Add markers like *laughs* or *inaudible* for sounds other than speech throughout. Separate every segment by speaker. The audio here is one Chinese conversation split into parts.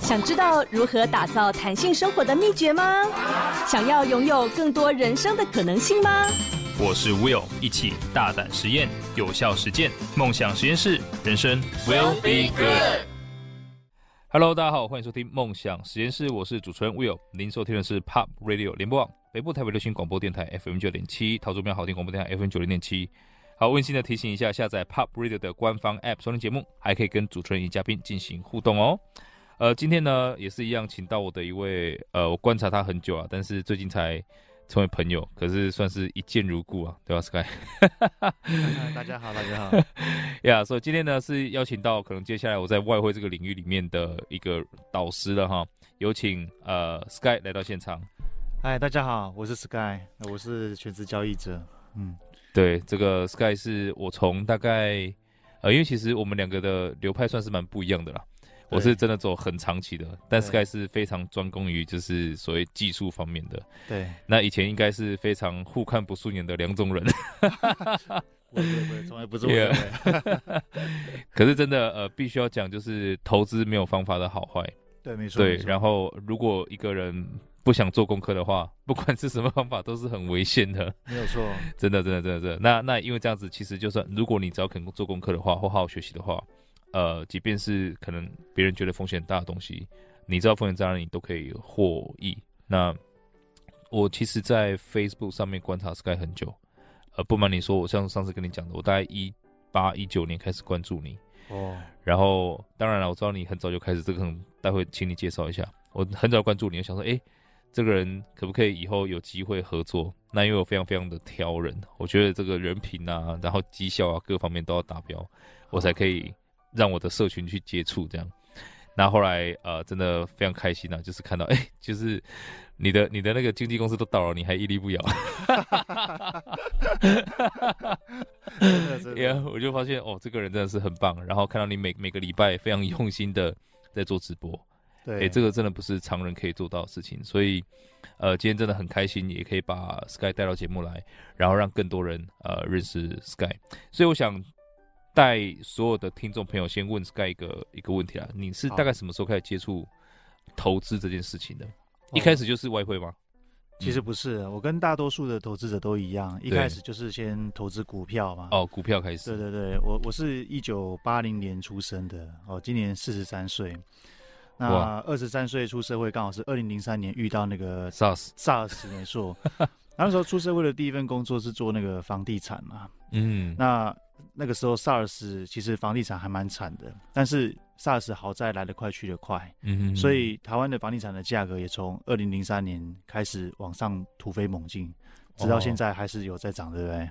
Speaker 1: 想知道如何打造弹性生活的秘诀吗？想要拥有更多人生的可能性吗？
Speaker 2: 我是 Will，一起大胆实验，有效实践，梦想实验室，人生 will be good。Hello，大家好，欢迎收听梦想实验室，我是主持人 Will。您收听的是 Pop Radio 联播网北部台北流行广播电台 FM 九点七，桃竹苗好听广播电台 FM 九零点七。好，温馨的提醒一下，下载 Pop Radio 的官方 App 收听节目，还可以跟主持人与嘉宾进行互动哦。呃，今天呢也是一样，请到我的一位呃，我观察他很久啊，但是最近才成为朋友，可是算是一见如故啊，对吧，Sky？ *laughs*
Speaker 3: *laughs* 大家好，大家好。
Speaker 2: 呀，所以今天呢是邀请到可能接下来我在外汇这个领域里面的一个导师了哈，有请呃 Sky 来到现场。
Speaker 3: 嗨，哎大家好，我是 Sky，我是全职交易者。嗯，
Speaker 2: 对，这个 Sky 是我从大概呃，因为其实我们两个的流派算是蛮不一样的啦。我是真的走很长期的，但
Speaker 3: 对
Speaker 2: Sky 是非常专攻于就是所谓技术方面的。
Speaker 3: 对，
Speaker 2: 那以前应该是非常互看不顺眼的两种人， *laughs*
Speaker 3: 我我我从来不是我
Speaker 2: Yeah
Speaker 3: 认为。
Speaker 2: 可是真的呃，必须要讲就是投资没有方法的好坏。
Speaker 3: *laughs* 对，没错。
Speaker 2: 对，
Speaker 3: 没错
Speaker 2: 然后如果一个人不想做功课的话，不管是什么方法都是很危险的， *laughs*
Speaker 3: 没有错。
Speaker 2: 真的，真的，真的，真的。那那因为这样子，其实就算如果你只要肯做功课的话，或好好学习的话，呃，即便是可能别人觉得风险很大的东西，你知道风险在哪里，你都可以获益。那我其实，在 Facebook 上面观察 Sky 很久，呃，不瞒你说，我像上次跟你讲的，我大概一八一九年开始关注你，
Speaker 3: 哦，
Speaker 2: 然后当然了，我知道你很早就开始这个，可能待会请你介绍一下。我很早关注你，我想说，哎，这个人可不可以以后有机会合作？那因为我非常非常的挑人，我觉得这个人品啊，然后绩效啊，各方面都要达标，我才可以让我的社群去接触这样。那后来呃，真的非常开心啊，就是看到哎，就是你的你的那个经纪公司都倒了，你还屹立不摇。 *laughs*
Speaker 3: 真的真
Speaker 2: 也、
Speaker 3: 的。
Speaker 2: 我就发现哦，这个人真的是很棒。然后看到你每每个礼拜非常用心的在做直播，哎、
Speaker 3: 对，啊
Speaker 2: 这
Speaker 3: 个
Speaker 2: 个真的不是常人可以做到的事情，所以，呃，今天真的很开心，也可以把 Sky 带到节目来，然后让更多人呃认识 Sky。所以我想带所有的听众朋友先问 Sky 一个一个问题啊，你是
Speaker 3: 好哦
Speaker 2: 大概什么时候开始接触投资这件事情的？一开始就是外汇吗？嗯
Speaker 3: 其实不是，我跟大多数的投资者都一样，一
Speaker 2: 对
Speaker 3: 开始就是先投资股票嘛。
Speaker 2: 哦，股票开
Speaker 3: 对
Speaker 2: 始，
Speaker 3: 对对，我我是一九八零年出生的，哦，今年四十三岁。那
Speaker 2: 哇
Speaker 3: 二十三岁出社会，刚好是二零零三年遇到那
Speaker 2: *laughs*
Speaker 3: 个
Speaker 2: SARS，
Speaker 3: SARS，没错。那时候出社会的第一份工作是做那个房地产嘛，
Speaker 2: 嗯，
Speaker 3: 那那个时候 SARS 其实房地产还蛮惨的，但是 SARS 好在来得快去得快，
Speaker 2: 嗯
Speaker 3: 所以台湾的房地产的价格也从二零零三年开始往上突飞猛进，直到现在还是有在涨，对不对？
Speaker 2: 哦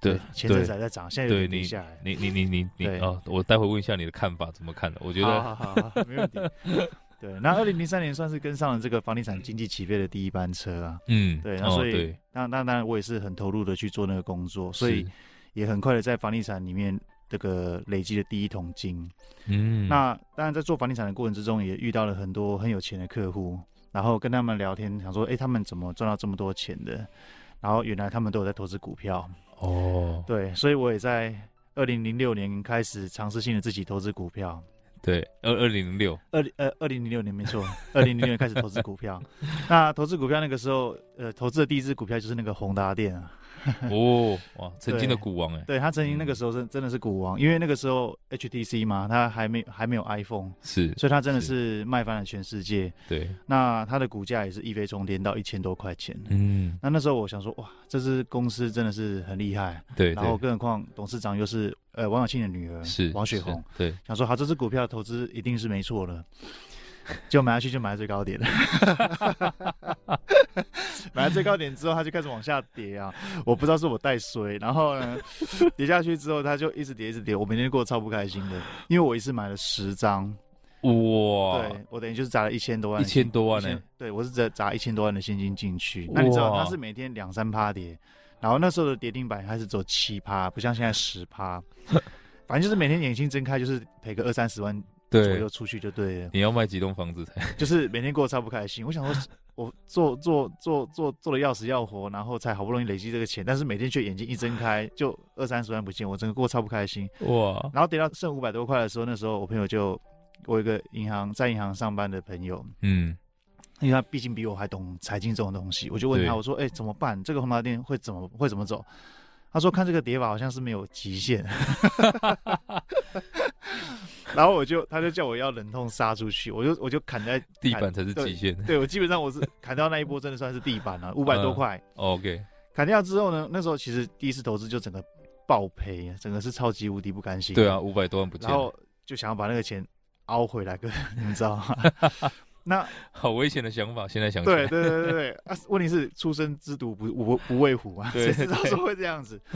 Speaker 2: 对
Speaker 3: 前阵
Speaker 2: 对
Speaker 3: 子还在涨，现在有
Speaker 2: 对
Speaker 3: 点
Speaker 2: 你
Speaker 3: 跌下来。
Speaker 2: 你你你你你
Speaker 3: 对
Speaker 2: 哦，我待会问一下你的看法，怎么看的？我觉
Speaker 3: 好
Speaker 2: 得
Speaker 3: 好好好，好没问题。对，那二零零三年算是跟上了这个房地产经济起飞的第一班车啊。
Speaker 2: 嗯，
Speaker 3: 对那
Speaker 2: 哦
Speaker 3: 所以
Speaker 2: 对，
Speaker 3: 那那当然，我也是很投入的去做那个工作，所以
Speaker 2: 是
Speaker 3: 也很快的在房地产里面这个累积的第一桶金。
Speaker 2: 嗯，
Speaker 3: 那当然，在做房地产的过程之中，也遇到了很多很有钱的客户，然后跟他们聊天，想说，哎、他们怎么赚到这么多钱的？然后原来他们都有在投资股票，
Speaker 2: 哦，
Speaker 3: 对，所以我也在二零零六年开始尝试性的自己投资股票。
Speaker 2: 对，二二零零
Speaker 3: *laughs*
Speaker 2: 六，
Speaker 3: 二零呃，二零零六年没 *laughs* 错，二零零六年开始投资股票。那投资股票那个时候，呃，投资的第一只股票就是那个宏达电啊。
Speaker 2: 哦，哇，曾经的
Speaker 3: 对
Speaker 2: 股王哎，
Speaker 3: 对他曾经那个时候真真的是股王，因为那个时候 HTC 嘛，他还没还没有 iPhone，
Speaker 2: 是，
Speaker 3: 所以他真的是卖翻了全世界。
Speaker 2: 对，
Speaker 3: 那它的股价也是一飞冲天到一千多块钱。
Speaker 2: 嗯，
Speaker 3: 那那时候我想说，哇，这支公司真的是很厉害。
Speaker 2: 对，
Speaker 3: 然后
Speaker 2: 对，
Speaker 3: 更何况董事长又是呃王永庆的女儿，
Speaker 2: 是
Speaker 3: 王雪
Speaker 2: 是
Speaker 3: 红，
Speaker 2: 对，
Speaker 3: 想说好，这支股票投资一定是没错
Speaker 2: *laughs*
Speaker 3: 了。就买下去，就买在最高点了。 *laughs* 买在最高点之后，它就开始往下跌啊！我不知道是我带衰，然后呢， *laughs* 跌下去之后，它就一直跌，一直跌。我每天过得超不开心的，因为我一次买了十张，
Speaker 2: 哇，
Speaker 3: 对我等于就是砸了一千多万
Speaker 2: 一
Speaker 3: 的
Speaker 2: 千多
Speaker 3: 一
Speaker 2: 万欸
Speaker 3: 千
Speaker 2: 呢，
Speaker 3: 对我是砸砸一千多万的现金进去。那你知道
Speaker 2: 哇
Speaker 3: 它是每天两三趴跌，然后那时候的跌停板还是走七趴，不像现在十
Speaker 2: *laughs*
Speaker 3: 趴。反正就是每天眼睛睁开就是赔个二三十万左
Speaker 2: 对
Speaker 3: 右，出去就对了，
Speaker 2: 你要卖几栋房子才，
Speaker 3: 就是每天过得超不开心。我想说，我做做做做做的要死要活，然后才好不容易累积这个钱，但是每天却眼睛一睁开就二三十万不见，我整个过得超不开心。
Speaker 2: 哇，
Speaker 3: 然后跌到剩五百多块的时候，那时候我朋友就我有一个银行在银行上班的朋友，
Speaker 2: 嗯，
Speaker 3: 因为他毕竟比我还懂财经这种东西，我就问
Speaker 2: 对
Speaker 3: 他，我说：“哎、怎么办？这个红桃店会怎么会怎么走？”他说：“看这个跌法好像是没有极
Speaker 2: *laughs*
Speaker 3: 限。”然后我就，他就叫我要忍痛杀出去，我就我就砍在
Speaker 2: *laughs* 地
Speaker 3: 砍
Speaker 2: 板才是极限。
Speaker 3: 哎对我基本上我是砍到那一波真的算是地板了、五百多
Speaker 2: 嗯
Speaker 3: 块。
Speaker 2: OK，
Speaker 3: 砍掉之后呢，那时候其实第一次投资就整个爆赔，整个是超级无敌不甘心。
Speaker 2: 对啊，，五百多万不见
Speaker 3: 然
Speaker 2: 了，
Speaker 3: 后就想要把那个钱凹回来，哥， *laughs* 你们知道吗？那
Speaker 2: 好危险的想法，现在想起
Speaker 3: 对
Speaker 2: 来。
Speaker 3: 对对对对啊！问题是初生之犊不不不畏虎啊，
Speaker 2: *laughs* 对
Speaker 3: *laughs* 谁知道说会这样子？ *laughs*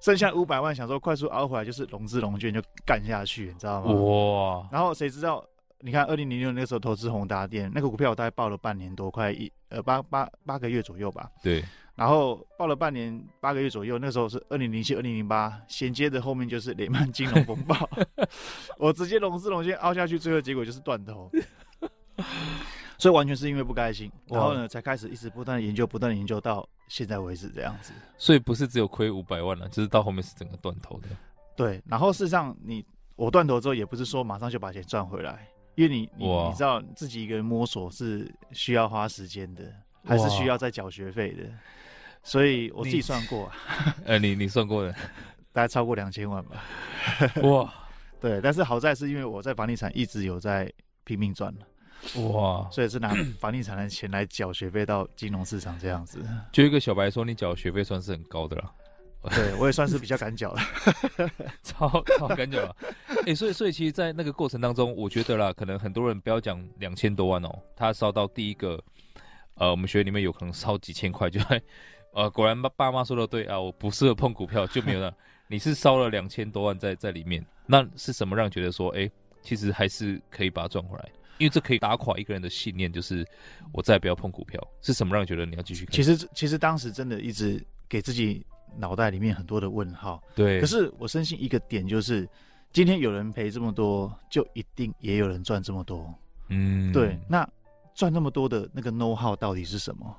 Speaker 3: 剩下五百万想说快速凹回来，就是融资融券就干下去，你知道吗？
Speaker 2: 哇，
Speaker 3: 然后谁知道？你看，二零零六那时候投资宏达电，那个股票我大概报了半年多，快一呃八八八个月左右吧。
Speaker 2: 对，
Speaker 3: 然后报了半年八个月左右，那时候是二零零七、二零零八，衔接着后面就是雷曼金融风暴，
Speaker 2: *laughs*
Speaker 3: 我直接融资融券凹下去，最后结果就是断头，所以完全是因为不甘心，然后呢才开始一直不断的研究，不断的研究到现在为止这样子。
Speaker 2: 所以不是只有亏五百万了，就是到后面是整个断头的。
Speaker 3: 对，然后事实上你我断头之后，也不是说马上就把钱赚回来，因为你你
Speaker 2: 哇
Speaker 3: 你知道自己一个人摸索是需要花时间的，还是
Speaker 2: 哇
Speaker 3: 需要再缴学费的，所以我自己
Speaker 2: 你
Speaker 3: 算过啊，
Speaker 2: 呃，你你算过 *laughs* 的，
Speaker 3: 大概超过两千万吧。
Speaker 2: 哇
Speaker 3: 对，但是好在是因为我在房地产一直有在拼命赚了
Speaker 2: 哇，
Speaker 3: 所
Speaker 2: *clears throat*
Speaker 3: 以是拿房地产的钱来缴学费到金融市场这样
Speaker 2: *laughs*
Speaker 3: 子。
Speaker 2: 就一个小白说你缴学费算是很高的啦，
Speaker 3: 对我也算是比较敢缴了。 *laughs*
Speaker 2: 超超敢 *laughs* 讲啊！哎、所以所以其实，在那个过程当中，我觉得啦，可能很多人不要讲两千多万哦，他烧到第一个，呃，我们学院里面有可能烧几千块，就在，呃，果然爸爸妈说的对啊，我不适合碰股票，就没有了。你是烧了两千多万在在里面，那是什么让你觉得说，哎、其实还是可以把它赚回来？因为这可以打垮一个人的信念，就是我再也不要碰股票。是什么让你觉得你要继续看？
Speaker 3: 其实其实当时真的一直给自己脑袋里面很多的问号。
Speaker 2: 对，
Speaker 3: 可是我深信一个点就是，今天有人赔这么多，就一定也有人赚这么多。
Speaker 2: 嗯，
Speaker 3: 对，那赚那么多的那个 know how 到底是什么？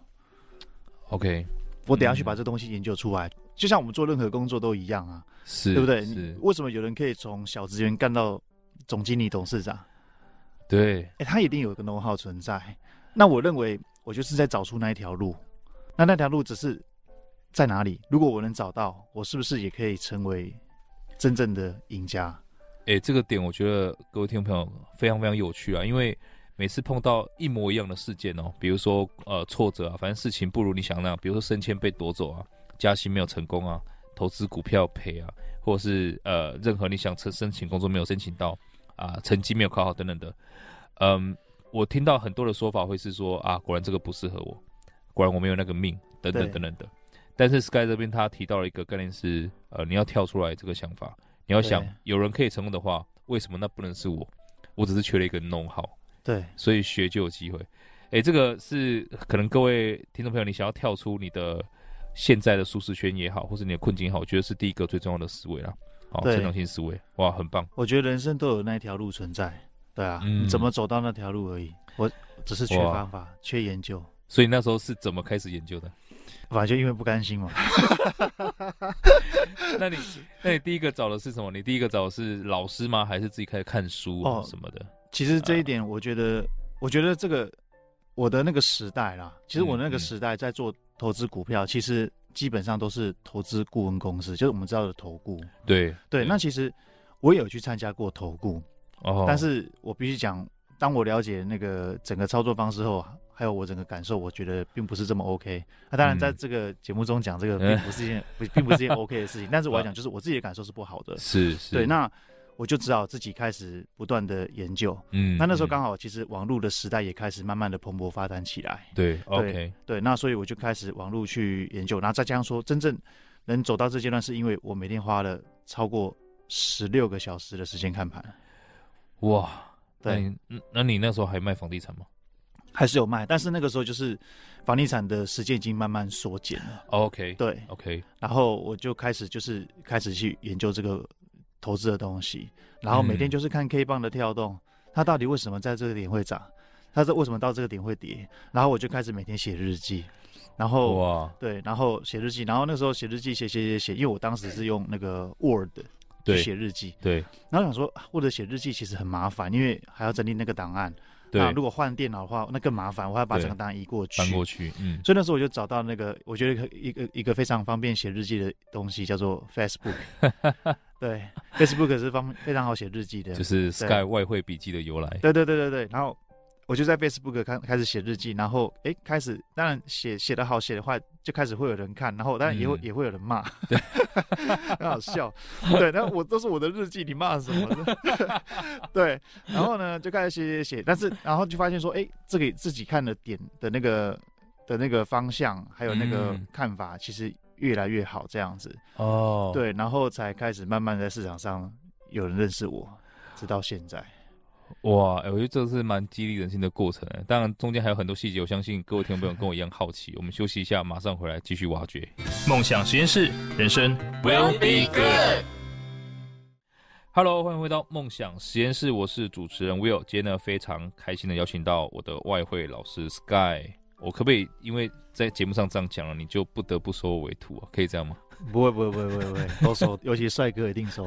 Speaker 2: ，OK，
Speaker 3: 我等下去
Speaker 2: 嗯
Speaker 3: 把这东西研究出来。就像我们做任何工作都一样啊。
Speaker 2: 是，
Speaker 3: 对不对？你
Speaker 2: 是，
Speaker 3: 为什么有人可以从小职员干到总经理、董事长？
Speaker 2: 对，
Speaker 3: 哎，他一定有一个 know how 存在。那我认为，我就是在找出那一条路。那那条路只是在哪里？如果我能找到，我是不是也可以成为真正的赢家？
Speaker 2: 哎、这个点我觉得各位听众朋友非常非常有趣啊，因为每次碰到一模一样的事件哦，比如说呃挫折啊，反正事情不如你想那样，比如说升迁被夺走啊，加薪没有成功啊，投资股票赔啊，或者是呃任何你想申申请工作没有申请到啊、成绩没有考好等等的，嗯，我听到很多的说法会是说啊，果然这个不适合我，果然我没有那个命等等
Speaker 3: 对
Speaker 2: 等等的。但是 Sky 这边他提到了一个概念是，呃，你要跳出来这个想法，你要想
Speaker 3: 对
Speaker 2: 有人可以成功的话，为什么那不能是我？我只是缺了一个弄好，
Speaker 3: 对，
Speaker 2: 所以学就有机会。诶，这个是可能各位听众朋友，你想要跳出你的现在的舒适圈也好，或是你的困境也好，我觉得是第一个最重要的思维啦。好，
Speaker 3: 对
Speaker 2: 成长性思维，哇，很棒。
Speaker 3: 我觉得人生都有那一条路存在。对啊，
Speaker 2: 嗯
Speaker 3: 你怎么走到那条路而已。我只是缺
Speaker 2: 哇
Speaker 3: 方法、缺研究，
Speaker 2: 所以那时候是怎么开始研究
Speaker 3: *laughs*
Speaker 2: 的？
Speaker 3: 反正就因为不甘心嘛。
Speaker 2: 那你，那你第一个找的是什么？你第一个找的是老师吗？还是自己开始看书啊
Speaker 3: 哦
Speaker 2: 什么的？
Speaker 3: 其实
Speaker 2: 嗯
Speaker 3: 这一点，我觉得，我觉得这个我的那个时代啦，其实我那
Speaker 2: 嗯
Speaker 3: 个
Speaker 2: 嗯
Speaker 3: 时代在做投资股票，其实基本上都是投资顾问公司，就是我们知道的投顾。
Speaker 2: 对
Speaker 3: 对，那其实我也有去参加过投顾，
Speaker 2: 嗯哦，
Speaker 3: 但是我必须讲，当我了解那个整个操作方式后。还有我整个感受，我觉得并不是这么 OK。那、当然，在
Speaker 2: 嗯
Speaker 3: 这个节目中讲这个
Speaker 2: 嗯哦
Speaker 3: 并不是一件、不并不是一件 OK 的事情，但是我要讲就是我自己的感受是不好的。
Speaker 2: 是是，
Speaker 3: 对，那我就只好自己开始不断的研究。
Speaker 2: 嗯
Speaker 3: 那那时候刚
Speaker 2: 好
Speaker 3: 好其实网络的时代也开始慢慢的蓬勃发展起来，
Speaker 2: 对，OK，
Speaker 3: 对，那所以我就开始网络去研究，然后再加上说真正能走到这阶段，是因为我每天花了超过十六个小时的时间看盘，
Speaker 2: 哇，那
Speaker 3: 对，
Speaker 2: 你嗯那你那时候还卖房地产吗
Speaker 3: 还是有卖，但是那个时候就是房地产的时间已经慢慢缩减了，
Speaker 2: ？OK，
Speaker 3: 对，
Speaker 2: ，OK，
Speaker 3: 然后我就开始就是开始去研究这个投资的东西，然后每天
Speaker 2: 嗯
Speaker 3: 就是看 K 棒的跳动，它到底为什么在这个点会涨，它是为什么到这个点会跌，然后我就开始每天写日记，然后
Speaker 2: 哇，
Speaker 3: 对，然后写日记，然后那时候写日记写写写写，因为我当时是用那个 Word，去
Speaker 2: 对
Speaker 3: 写日记。
Speaker 2: 对
Speaker 3: 然后想说，啊或者写日记其实很麻烦，因为还要整理那个档案。那
Speaker 2: 对
Speaker 3: 如，果换电脑的话，那更麻烦，我还要把
Speaker 2: 对
Speaker 3: 整个档案移过去。
Speaker 2: 翻过去，嗯，
Speaker 3: 所以那时候我就找到那个，我觉得一个一个一个非常方便写日记的东西，叫做 Facebook。对，Facebook 是方非常好写日记的。
Speaker 2: 就是 Sky 外汇笔记的由来，
Speaker 3: 对对对对对，然后我就在 Facebook 开开始写日记，然后哎开始，当然写写的好写的坏就开始会有人看，然后当然也会、
Speaker 2: 嗯
Speaker 3: 也会有人骂， *laughs* 很好笑，对，然后我都是我的日记，你骂什么呢？ *laughs* 对，然后呢就开始写写写，但是然后就发现说，哎，这个自己看的点的那个的那个方向，还有那个
Speaker 2: 嗯
Speaker 3: 看法，其实越来越好这样子，
Speaker 2: 哦，
Speaker 3: 对，然后才开始慢慢在市场上有人认识我，直到现在。
Speaker 2: 哇，欸我觉得这是蛮激励人心的过程欸。当然，中间还有很多细节，我相信各位听众朋友跟我一样好奇。我们休息一下，马上回来继续挖掘梦想实验室，人生 will be good。Hello，欢迎回到梦想实验室，我是主持人 Will。今天呢，非常开心的邀请到我的外汇老师 Sky。我可不可以因为在节目上这样讲了，你就不得不收我为徒啊？可以这样吗？
Speaker 3: 不会不会不会不会不会， *laughs* 都收，尤其帅哥一定收。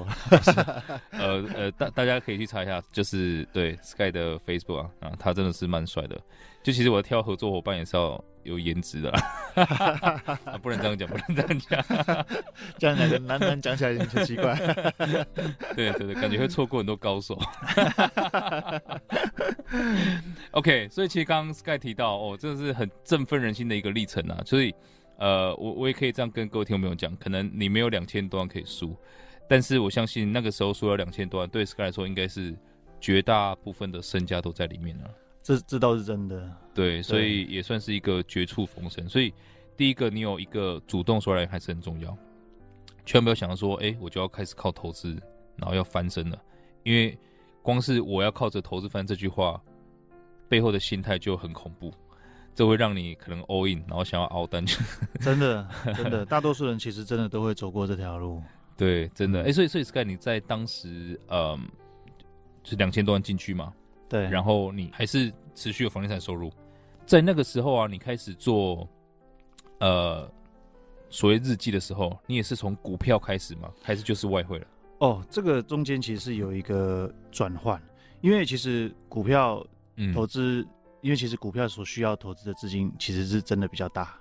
Speaker 2: 呃呃，大大家可以去查一下，就是对 Sky 的 Facebook 啊，啊，他真的是蛮帅的。就其实我挑合作伙伴也是要有颜值的啦， *laughs* 啊、不能这样讲，不能这样讲。
Speaker 3: *laughs* 这样两个男男讲起来很奇怪。
Speaker 2: 对对对，感觉会错过很多高手。OK，所以其实刚刚 Sky 提到，哦，这是很振奋人心的一个历程啊。所以，呃，我我也可以这样跟各位听众朋友讲，可能你没有两千多万可以输，但是我相信那个时候输了两千多万，对 Sky 来说应该是绝大部分的身家都在里面了、
Speaker 3: *laughs* 这这倒是真的，
Speaker 2: 对，所以也算是一个绝处逢生。所以第一个，你有一个主动收入来源还是很重要，千万不要想到说，哎、我就要开始靠投资，然后要翻身了，因为光是我要靠着投资翻这句话背后的心态就很恐怖，这会让你可能 all in，然后想要凹单。
Speaker 3: 真的真 *laughs* 的，大多数人其实真的都会走过这条路。
Speaker 2: *laughs* 对，真的，哎、所以所以 Sky 你在当时，嗯，是两千多万进去嘛，
Speaker 3: 对，
Speaker 2: 然后你还是持续有房地产收入。在那个时候啊，你开始做呃所谓日记的时候，你也是从股票开始吗？还是就是外汇了？
Speaker 3: 哦，这个中间其实是有一个转换，因为其实股票
Speaker 2: 嗯，
Speaker 3: 投资，因为其实股票所需要投资的资金其实是真的比较大。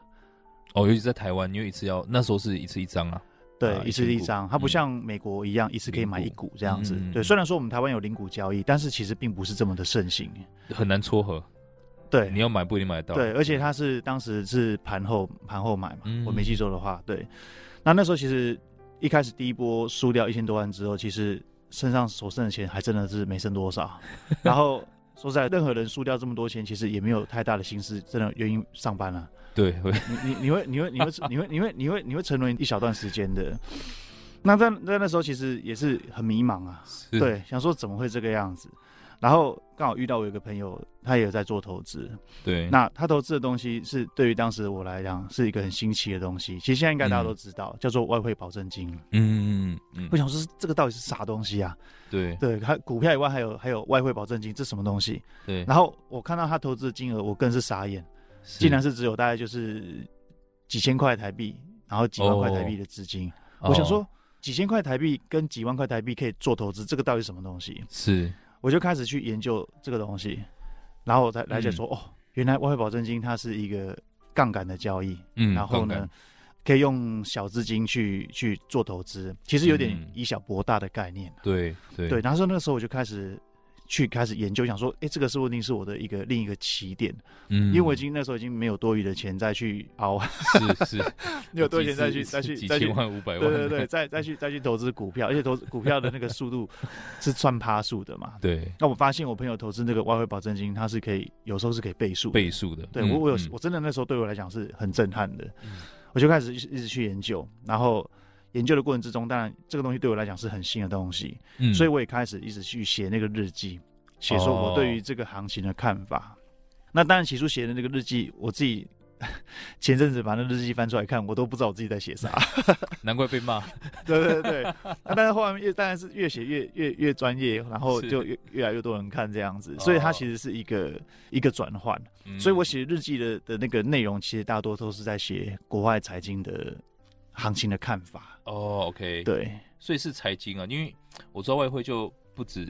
Speaker 2: 哦，尤其在台湾，因为一次要那时候是一次一张啊，
Speaker 3: 对，
Speaker 2: 啊
Speaker 3: 一次
Speaker 2: 一千
Speaker 3: 一
Speaker 2: 股
Speaker 3: 张，它不
Speaker 2: 嗯
Speaker 3: 像美国一样一次可以
Speaker 2: 零
Speaker 3: 买一
Speaker 2: 股
Speaker 3: 股这样子
Speaker 2: 嗯嗯。嗯
Speaker 3: 对，虽然说我们台湾有零股交易，但是其实并不是这么的盛行。
Speaker 2: 很难撮合，
Speaker 3: 对，
Speaker 2: 你要买不一定买得到。
Speaker 3: 对，而且他是当时是盘后盘后买嘛，
Speaker 2: 嗯
Speaker 3: 我没记错的话，对。那那时候其实一开始第一波输掉一千多万之后，其实身上所剩的钱还真的是没剩多少。然后说实在，任何人输掉这么多钱，其实也没有太大的心思，真的愿意上班了、啊
Speaker 2: 对， *laughs* 会
Speaker 3: 你你你会你会你会你会你会你会你会沉沦一小段时间的。那在在那时候其实也是很迷茫啊，
Speaker 2: 是，
Speaker 3: 对，想说怎么会这个样子。然后刚好遇到我有一个朋友，他也有在做投资，
Speaker 2: 对，
Speaker 3: 那他投资的东西是对于当时我来讲是一个很新奇的东西，其实现在应该
Speaker 2: 嗯
Speaker 3: 大家都知道，叫做外汇保证金。
Speaker 2: 嗯嗯嗯
Speaker 3: 我，想说这个到底是啥东西啊？
Speaker 2: 对
Speaker 3: 对，还股票以外还有还有外汇保证金，这什么东西？
Speaker 2: 对，
Speaker 3: 然后我看到他投资的金额，我更是傻眼，
Speaker 2: 是
Speaker 3: 竟然是只有大概就是几千块台币，然后几万块台币的资金。我想
Speaker 2: 哦
Speaker 3: 说几千块台币跟几万块台币可以做投资，这个到底是什么东西？
Speaker 2: 是
Speaker 3: 我就开始去研究这个东西，然后我才了解
Speaker 2: 嗯
Speaker 3: 说，哦，原来外汇保证金它是一个杠杆的交易，
Speaker 2: 嗯，
Speaker 3: 然后
Speaker 2: 杠
Speaker 3: 呢
Speaker 2: 杆，，
Speaker 3: 可以用小资金去去做投资，其实有点
Speaker 2: 嗯
Speaker 3: 以小博大的概念。啊
Speaker 2: 对对
Speaker 3: 对，然后那时候我就开始去开始研究，想说，哎，这个说不定是我的一个另一个起点，
Speaker 2: 嗯，
Speaker 3: 因为我已经那时候已经没有多余的钱再去熬，啊
Speaker 2: *laughs* 是
Speaker 3: *laughs*
Speaker 2: 是
Speaker 3: 没有多余钱再
Speaker 2: 几
Speaker 3: 去
Speaker 2: 次
Speaker 3: 再去
Speaker 2: 几
Speaker 3: 再去
Speaker 2: 千。万五百万，
Speaker 3: 对对对，再再去再去投资股票，而且投资股票的那个速度是算趴数的嘛，
Speaker 2: 对
Speaker 3: 那我发现我朋友投资那个外汇保证金，它是可以有时候是可以倍数的。
Speaker 2: 倍数的，
Speaker 3: 对
Speaker 2: 嗯
Speaker 3: 我我有、
Speaker 2: 嗯
Speaker 3: 我真的那时候对我来讲是很震撼的，
Speaker 2: 嗯
Speaker 3: 我就开始一直一直去研究，然后研究的过程之中，当然这个东西对我来讲是很新的东西，
Speaker 2: 嗯
Speaker 3: 所以我也开始一直去写那个日记，写说我对于
Speaker 2: 哦
Speaker 3: 这个行情的看法。那当然起初写的那个日记，我自己 *laughs* 前阵子把那日记翻出来看，我都不知道我自己在
Speaker 2: *laughs*
Speaker 3: 写啥。
Speaker 2: 难怪被
Speaker 3: *laughs*
Speaker 2: 骂。
Speaker 3: 对对对，那但是后来越当然是越写越越越专业，然后
Speaker 2: 是
Speaker 3: 就越越来越多人看这样子，所以它
Speaker 2: 哦
Speaker 3: 其实是一个一个转换。
Speaker 2: 嗯
Speaker 3: 所以我写日记的的那个内容，其实大多都是在写国外财经的行情的看法。
Speaker 2: 哦，OK，，
Speaker 3: 对，
Speaker 2: 所以是财经啊，因为我知道外汇就不止，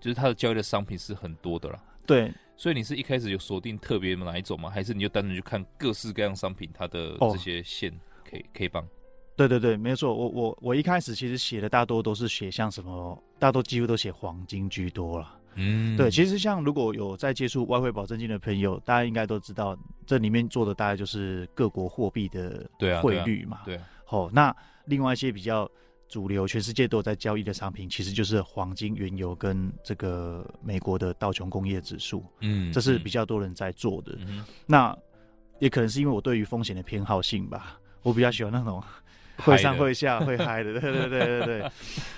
Speaker 2: 就是它的交易的商品是很多的啦。
Speaker 3: 对，
Speaker 2: 所以你是一开始有锁定特别哪一种吗？还是你就单纯去看各式各样商品它的
Speaker 3: 哦
Speaker 2: 这些线 K、K 棒？
Speaker 3: 对对对，没错。我我我一开始其实写的大多都是写像什么，大多几乎都写黄金居多了。
Speaker 2: 嗯
Speaker 3: 对，
Speaker 2: 实
Speaker 3: 其实像如果有在接触外汇保证金的朋友，大家应该都知道，这里面做的大概就是各国货币的
Speaker 2: 对啊
Speaker 3: 汇率嘛。
Speaker 2: 对啊，
Speaker 3: 好、那另外一些比较主流、全世界都有在交易的商品，其实就是黄金、原油跟这个美国的道琼工业指数，
Speaker 2: 嗯
Speaker 3: 这是比
Speaker 2: 较
Speaker 3: 较多人在做的。
Speaker 2: 嗯哼
Speaker 3: 那也可能是因为我对于风险的偏好性吧，我比较喜欢那种会上
Speaker 2: 嗨的
Speaker 3: 会下会嗨的，对对对对对，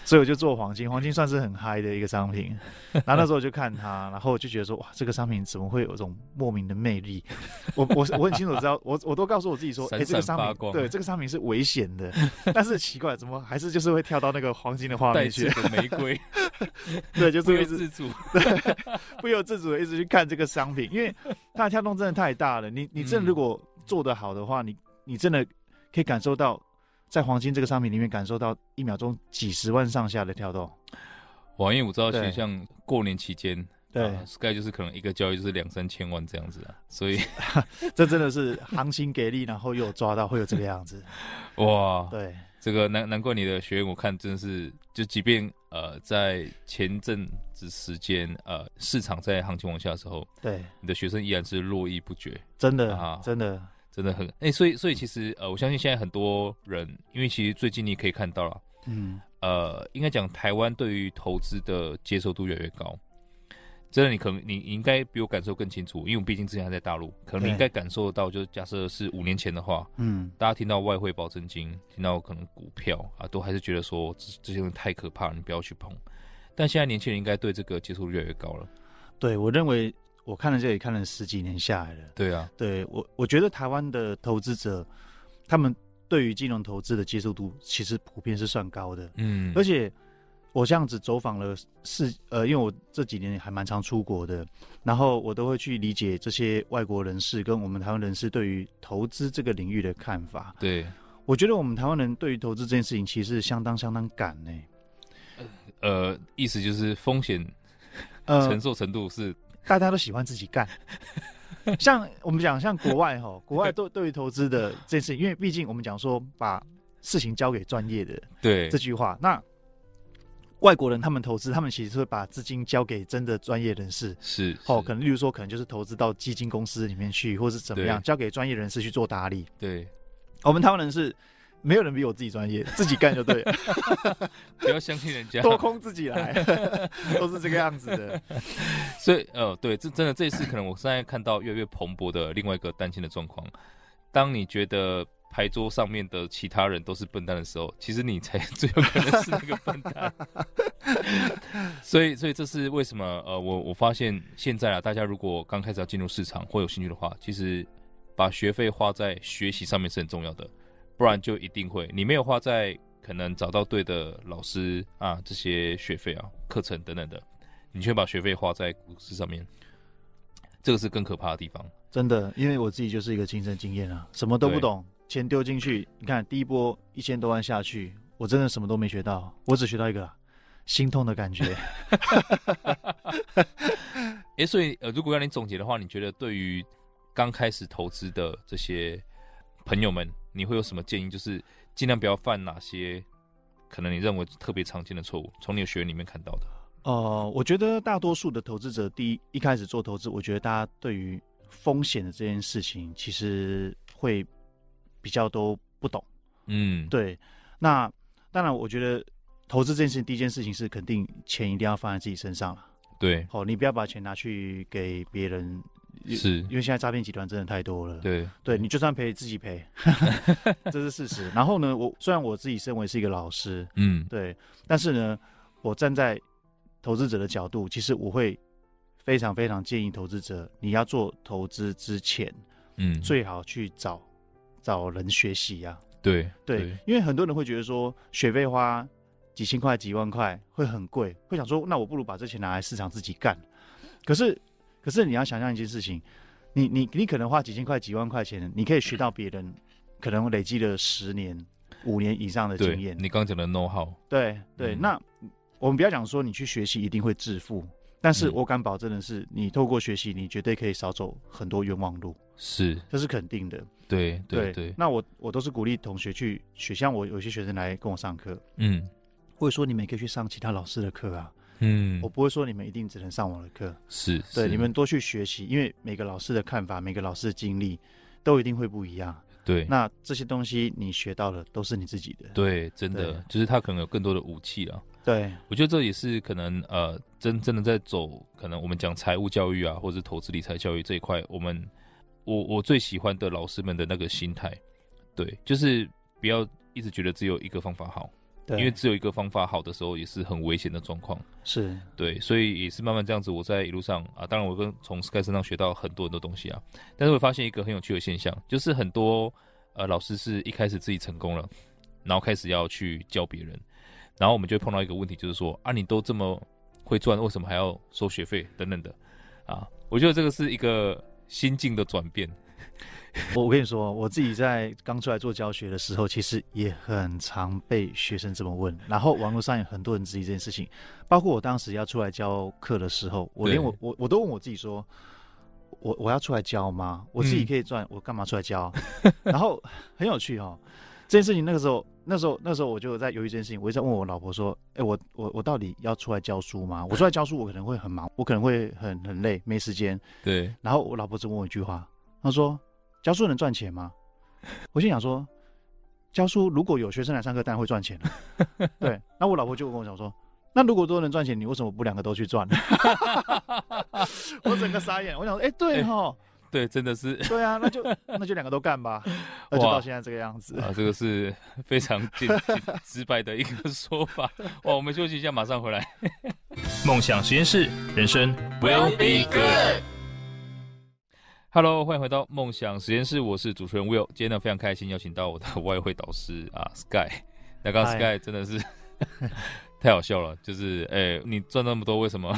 Speaker 3: 所以我就做黄金，黄金算是很嗨的一个商品。然后那时候我就看它，然后我就觉得说，哇，这个商品怎么会有一种莫名的魅力？我我我很清楚知道，我我都告诉我自己说，
Speaker 2: 闪
Speaker 3: 哎、这个
Speaker 2: 闪
Speaker 3: 商
Speaker 2: 发
Speaker 3: 品
Speaker 2: 光
Speaker 3: 对这个商品是危险
Speaker 2: *laughs*
Speaker 3: 的，但是奇怪，怎么还是就是会跳到那个黄金的画
Speaker 2: 带
Speaker 3: 面
Speaker 2: 刺
Speaker 3: 去？
Speaker 2: 的玫瑰，
Speaker 3: *laughs* 对，就是
Speaker 2: 不
Speaker 3: 会
Speaker 2: 由
Speaker 3: 一直
Speaker 2: 自主。
Speaker 3: 不由自主的一直去看这个商品，因为它的跳动真的太大了。你你真的如果做得好的话，你你真的可以感受到，在黄金这个商品里面感受到一秒钟几十万上下的跳动。
Speaker 2: 哇，因为我知道，其实
Speaker 3: 对
Speaker 2: 像过年期间，
Speaker 3: 对，
Speaker 2: 啊，Sky 就是可能一个交易就是两三千万这样子啊，
Speaker 3: *laughs*
Speaker 2: 所以
Speaker 3: 这真的是行情给力，然后又有抓到会有这个样 *laughs* 子。
Speaker 2: 哇，
Speaker 3: 对，
Speaker 2: 这个难难怪你的学员，我看真的是，就即便呃在前阵子时间，呃市场在行情往下的时候，
Speaker 3: 对，
Speaker 2: 你的学生依然是络绎不绝，
Speaker 3: 真的，
Speaker 2: 啊
Speaker 3: 真的，
Speaker 2: 真的很哎、所以所以其实呃，我相信现在很多人，因为其实最近你也可以看到了，
Speaker 3: 嗯，
Speaker 2: 呃，应该讲台湾对于投资的接受度越来越高。真的，你可能你你应该比我感受更清楚，因为我毕竟之前还在大陆，可能你
Speaker 3: 对
Speaker 2: 应该感受到，就是假设是五年前的话，
Speaker 3: 嗯，
Speaker 2: 大家听到外汇保证金，听到可能股票啊，都还是觉得说这这些东西太可怕了，你不要去碰。但现在年轻人应该对这个接受度越来越高了。
Speaker 3: 对我认为我看了这里看了十几年下来了。
Speaker 2: 对啊，
Speaker 3: 对我，我觉得台湾的投资者，他们对于金融投资的接受度其实普遍是算高的。
Speaker 2: 嗯，
Speaker 3: 而且我这样子走访了世呃，因为我这几年还蛮常出国的，然后我都会去理解这些外国人士跟我们台湾人士对于投资这个领域的看法。
Speaker 2: 对，
Speaker 3: 我觉得我们台湾人对于投资这件事情其实是相当相当敢呢、
Speaker 2: 呃，意思就是风险
Speaker 3: 呃
Speaker 2: 承，受程度是，
Speaker 3: 大家都喜欢自己干。像我们讲，像国外哈，国外对对于投资的这件事情，因为毕竟我们讲说把事情交给专业的，
Speaker 2: 对
Speaker 3: 这，句话。那外国人他们投资，他们其实会把资金交给真的专业人士。
Speaker 2: 是，
Speaker 3: 哦，
Speaker 2: 是
Speaker 3: 可能例如说，可能就是投资到基金公司里面去，或是怎么样，
Speaker 2: 对
Speaker 3: 交给专业人士去做打理。
Speaker 2: 对，
Speaker 3: 我们台湾人是没有人比我自己专业，自己干就 *laughs* 对了，
Speaker 2: 不要相信人家。
Speaker 3: 多空自己来，都是这个样子的。
Speaker 2: 所以呃，对，这真的这一次可能我现在看到越来越蓬勃的另外一个担心的状况，当你觉得。牌桌上面的其他人都是笨蛋的时候，其实你才 *laughs* 最有可能是那个笨蛋。所以，所以这是为什么？呃，我我发现现在啊，大家如果刚开始要进入市场或有兴趣的话，其实把学费花在学习上面是很重要的，不然就一定会你没有花在可能找到对的老师啊，这些学费啊、课程等等的，你却把学费花在股市上面，这个是更可怕的地方。
Speaker 3: *laughs* 真的，因为我自己就是一个亲身经验啊，什么都不
Speaker 2: 对
Speaker 3: 懂，钱丢进去，你看第一波一千多万下去，我真的什么都没学到，我只学到一个心痛的感觉。
Speaker 2: 诶，所以呃，如果让你总结的话，你觉得对于刚开始投资的这些朋友们，你会有什么建议？就是尽量不要犯哪些可能你认为特别常见的错误，从你的学员里面看到的。
Speaker 3: 呃，我觉得大多数的投资者，第一一开始做投资，我觉得大家对于风险的这件事情，其实会比较都不懂。
Speaker 2: 嗯，，
Speaker 3: 对，那当然，我觉得投资这件事情，第一件事情是肯定钱一定要放在自己身上了。
Speaker 2: 对，
Speaker 3: 好、你不要把钱拿去给别人，
Speaker 2: 是，
Speaker 3: 因为现在诈骗集团真的太多了。
Speaker 2: 对，
Speaker 3: 对你就算赔自己赔，这是事实。然后呢，我虽然我自己身为是一个老师，
Speaker 2: 嗯，
Speaker 3: 对，但是呢，我站在投资者的角度，其实我会非常非常建议投资者，你要做投资之前，
Speaker 2: 嗯，
Speaker 3: 最好去找找人学习呀、
Speaker 2: 对，
Speaker 3: 对，，因为很多人会觉得说学费花几千块、几万块会很贵，会想说，那我不如把这钱拿来市场自己干。可是，可是你要想象一件事情，你你你可能花几千块、几万块钱，你可以学到别人可能累积了十年、五年以上的
Speaker 2: 对
Speaker 3: 经验。
Speaker 2: 你刚讲的 know how，
Speaker 3: 对对，
Speaker 2: 嗯
Speaker 3: 那我们不要讲说你去学习一定会致富，但是
Speaker 2: 嗯
Speaker 3: 我敢保证的是，你透过学习，你绝对可以少走很多冤枉路，
Speaker 2: 是
Speaker 3: 这是肯定的。
Speaker 2: 对对对，
Speaker 3: 那我我都是鼓励同学去学，像我有些学生来跟我上课，
Speaker 2: 嗯
Speaker 3: 或者说你们也可以去上其他老师的课啊，
Speaker 2: 嗯
Speaker 3: 我，不会说你们一定只能上我的课，
Speaker 2: 是
Speaker 3: 对，
Speaker 2: 是
Speaker 3: 你们多去学习，因为每个老师的看法、每个老师的经历都一定会不一样。
Speaker 2: 对
Speaker 3: 那这些东西你学到的都是你自己的，
Speaker 2: 对，真的
Speaker 3: 对
Speaker 2: 就是他可能有更多的武器了。
Speaker 3: 对
Speaker 2: 我觉得这也是可能呃，真真的在走可能我们讲财务教育啊，或者是投资理财教育这一块，我们我我最喜欢的老师们的那个心态，对，就是不要一直觉得只有一个方法好，
Speaker 3: 对，
Speaker 2: 因为只有一个方法好的时候也是很危险的状况，
Speaker 3: 是
Speaker 2: 对，所以也是慢慢这样子，我在一路上啊，当然我跟从 Sky 身上学到很多很多东西啊，但是我发现一个很有趣的现象，就是很多呃老师是一开始自己成功了，然后开始要去教别人，然后我们就会碰到一个问题，就是说啊，你都这么会赚，为什么还要收学费等等的啊？我觉得这个是一个心境的转变，
Speaker 3: *laughs* 我我跟你说，我自己在刚出来做教学的时候，其实也很常被学生这么问，然后网络上有很多人质疑这件事情，包括我当时要出来教课的时候，我连
Speaker 2: 对
Speaker 3: 我我我都问我自己说，我我要出来教吗？我自己
Speaker 2: 嗯
Speaker 3: 可以赚，我干嘛出来教？ *laughs* 然后很有趣哦，这件事情那个时候，那时候那时候我就在犹豫这件事情，我一直在问我老婆说，哎、我我我到底要出来教书吗？我出来教书，我可能会很忙，我可能会很很累，没时间，
Speaker 2: 对，
Speaker 3: 然后我老婆只问我一句话，她说：“教书能赚钱吗？”我心想说，教书如果有学生来上课，当然会赚钱了对，那我老婆就跟我讲说：“那如果都能赚钱，你为什么不两个都去赚？” *laughs* 我整个傻眼，我想说：“哎、对哈，
Speaker 2: 对，真的是
Speaker 3: 对啊，那就那就两个都干
Speaker 2: *laughs*
Speaker 3: 吧。”那就
Speaker 2: 哇
Speaker 3: 到现在这个样子。
Speaker 2: 啊，这个是 *laughs* 非常简简直白的一个 *laughs* 说法。哇，我们休息一下，马上回来。梦想实验室，人生 will be good。Hello，欢迎回到梦想实验室，我是主持人 Will。今天呢，非常开心邀请到我的 *laughs* 外汇导师啊 Sky。那刚刚
Speaker 3: 嗨
Speaker 2: Sky 真的是 *laughs* 太好笑了，就是哎、你赚那么多，为什么？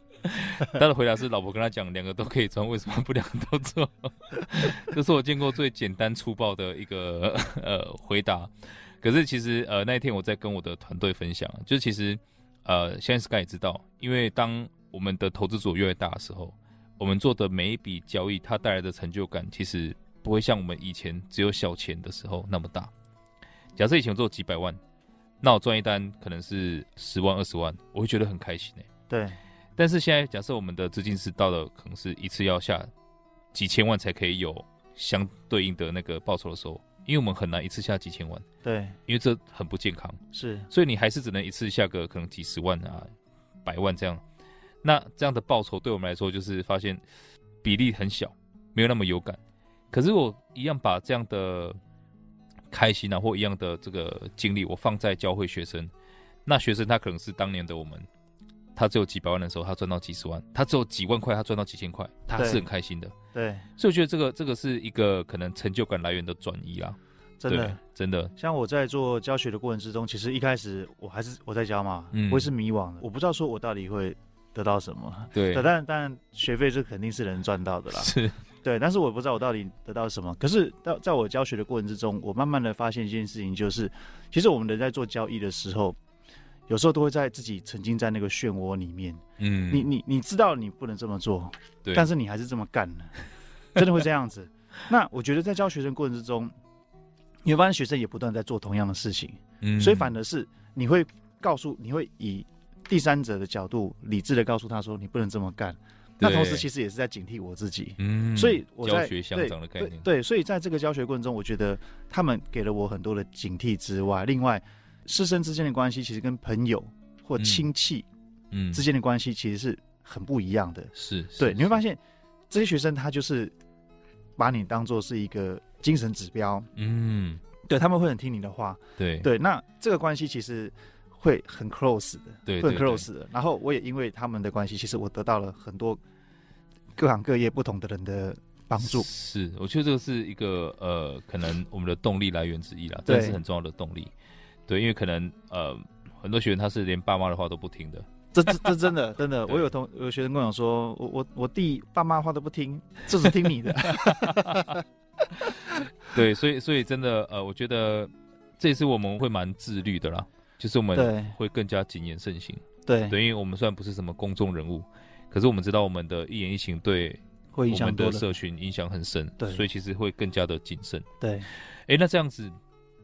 Speaker 2: *laughs* 他的回答是：老婆跟他讲，两个都可以赚，为什么不两个都做？ *laughs* 这是我见过最简单粗暴的一个呃回答。可是其实呃那一天我在跟我的团队分享，就是其实呃现在 Sky 也知道，因为当我们的投资组越来越大的时候，我们做的每一笔交易它带来的成就感，其实不会像我们以前只有小钱的时候那么大。假设以前我做几百万，那我赚一单可能是十万二十万，我会觉得很开心诶、欸
Speaker 3: 对
Speaker 2: 但是现在假设我们的资金是到了可能是一次要下几千万才可以有相对应的那个报酬的时候，因为我们很难一次下几千万，
Speaker 3: 对
Speaker 2: 因为这很不健康，
Speaker 3: 是，
Speaker 2: 所以你还是只能一次下个可能几十万啊、百万这样。那这样的报酬对我们来说，就是发现比例很小，没有那么有感。可是我一样把这样的开心啊，或一样的这个经历，我放在教会学生。那学生他可能是当年的我们，他只有几百万的时候，他赚到几十万；他只有几万块，他赚到几千块，他还是
Speaker 3: 对
Speaker 2: 很开心的。
Speaker 3: 对，
Speaker 2: 所以我觉得这个这个是一个可能成就感来源的转移啦，
Speaker 3: 真的
Speaker 2: 对。真的，
Speaker 3: 像我在做教学的过程之中，其实一开始我还是我在教嘛，
Speaker 2: 嗯
Speaker 3: 我也是迷惘的，我不知道说我到底会得到什么。
Speaker 2: 对
Speaker 3: 对，，但但学费这肯定是能赚到的
Speaker 2: *laughs*
Speaker 3: 啦。
Speaker 2: 是，
Speaker 3: 对，但是我不知道我到底得到什么。可是到在我教学的过程之中，我慢慢的发现一件事情，就是其实我们人在做交易的时候，有时候都会在自己沉浸在那个漩涡里面。
Speaker 2: 嗯，
Speaker 3: 你你你知道你不能这么做，
Speaker 2: 对
Speaker 3: 但是你还是这么干了，真的会这样子。 *laughs* 那我觉得在教学生过程之中，你会发现学生也不断在做同样的事情，
Speaker 2: 嗯
Speaker 3: 所以反而是你会告诉，你会以第三者的角度，理智的告诉他说，你不能这么干。那同时
Speaker 2: 对
Speaker 3: 其实也是在警惕我自己。
Speaker 2: 嗯
Speaker 3: 所以我
Speaker 2: 教
Speaker 3: 在
Speaker 2: 学相
Speaker 3: 对
Speaker 2: 长的概
Speaker 3: 对
Speaker 2: 念，
Speaker 3: 对，所以在这个教学过程中，我觉得他们给了我很多的警惕之外，另外师生之间的关系其实跟朋友或
Speaker 2: 嗯
Speaker 3: 亲戚
Speaker 2: 嗯，
Speaker 3: 之间的关系其实是很不一样的。
Speaker 2: 是，是
Speaker 3: 对，你会
Speaker 2: 是
Speaker 3: 发现这些学生他就是把你当做是一个精神指标，
Speaker 2: 嗯，
Speaker 3: 对他们会很听你的话，
Speaker 2: 对
Speaker 3: 对，那这个关系其实会很 close 的，
Speaker 2: 对
Speaker 3: 会很
Speaker 2: 对
Speaker 3: close 的。然后我也因为他们的关系，其实我得到了很多各行各业不同的人的帮
Speaker 2: *laughs*
Speaker 3: 助。
Speaker 2: 是，我觉得这个是一个呃，可能我们的动力来源之一啦，这
Speaker 3: 对
Speaker 2: 是很重要的动力。对，因为可能呃，很多学员他是连爸妈的话都不听的，
Speaker 3: 这这这真的真
Speaker 2: *laughs*
Speaker 3: 的，
Speaker 2: 对
Speaker 3: 我有同有学生跟我讲说，我我我弟爸妈话都不听，就只听你的。
Speaker 2: 对，所以所以真的呃，我觉得这次我们会蛮自律的啦，就是我们
Speaker 3: 对
Speaker 2: *laughs* 会更加谨言慎行。
Speaker 3: 对，
Speaker 2: 对，因为我们虽然不是什么公众人物，可是我们知道我们的一言一行对
Speaker 3: 会影
Speaker 2: 我
Speaker 3: 响
Speaker 2: 们
Speaker 3: 多
Speaker 2: 的
Speaker 3: 的。
Speaker 2: 社群影响很深，
Speaker 3: 对
Speaker 2: 所以其实会更加的谨慎。
Speaker 3: 对，
Speaker 2: 诶，那这样子，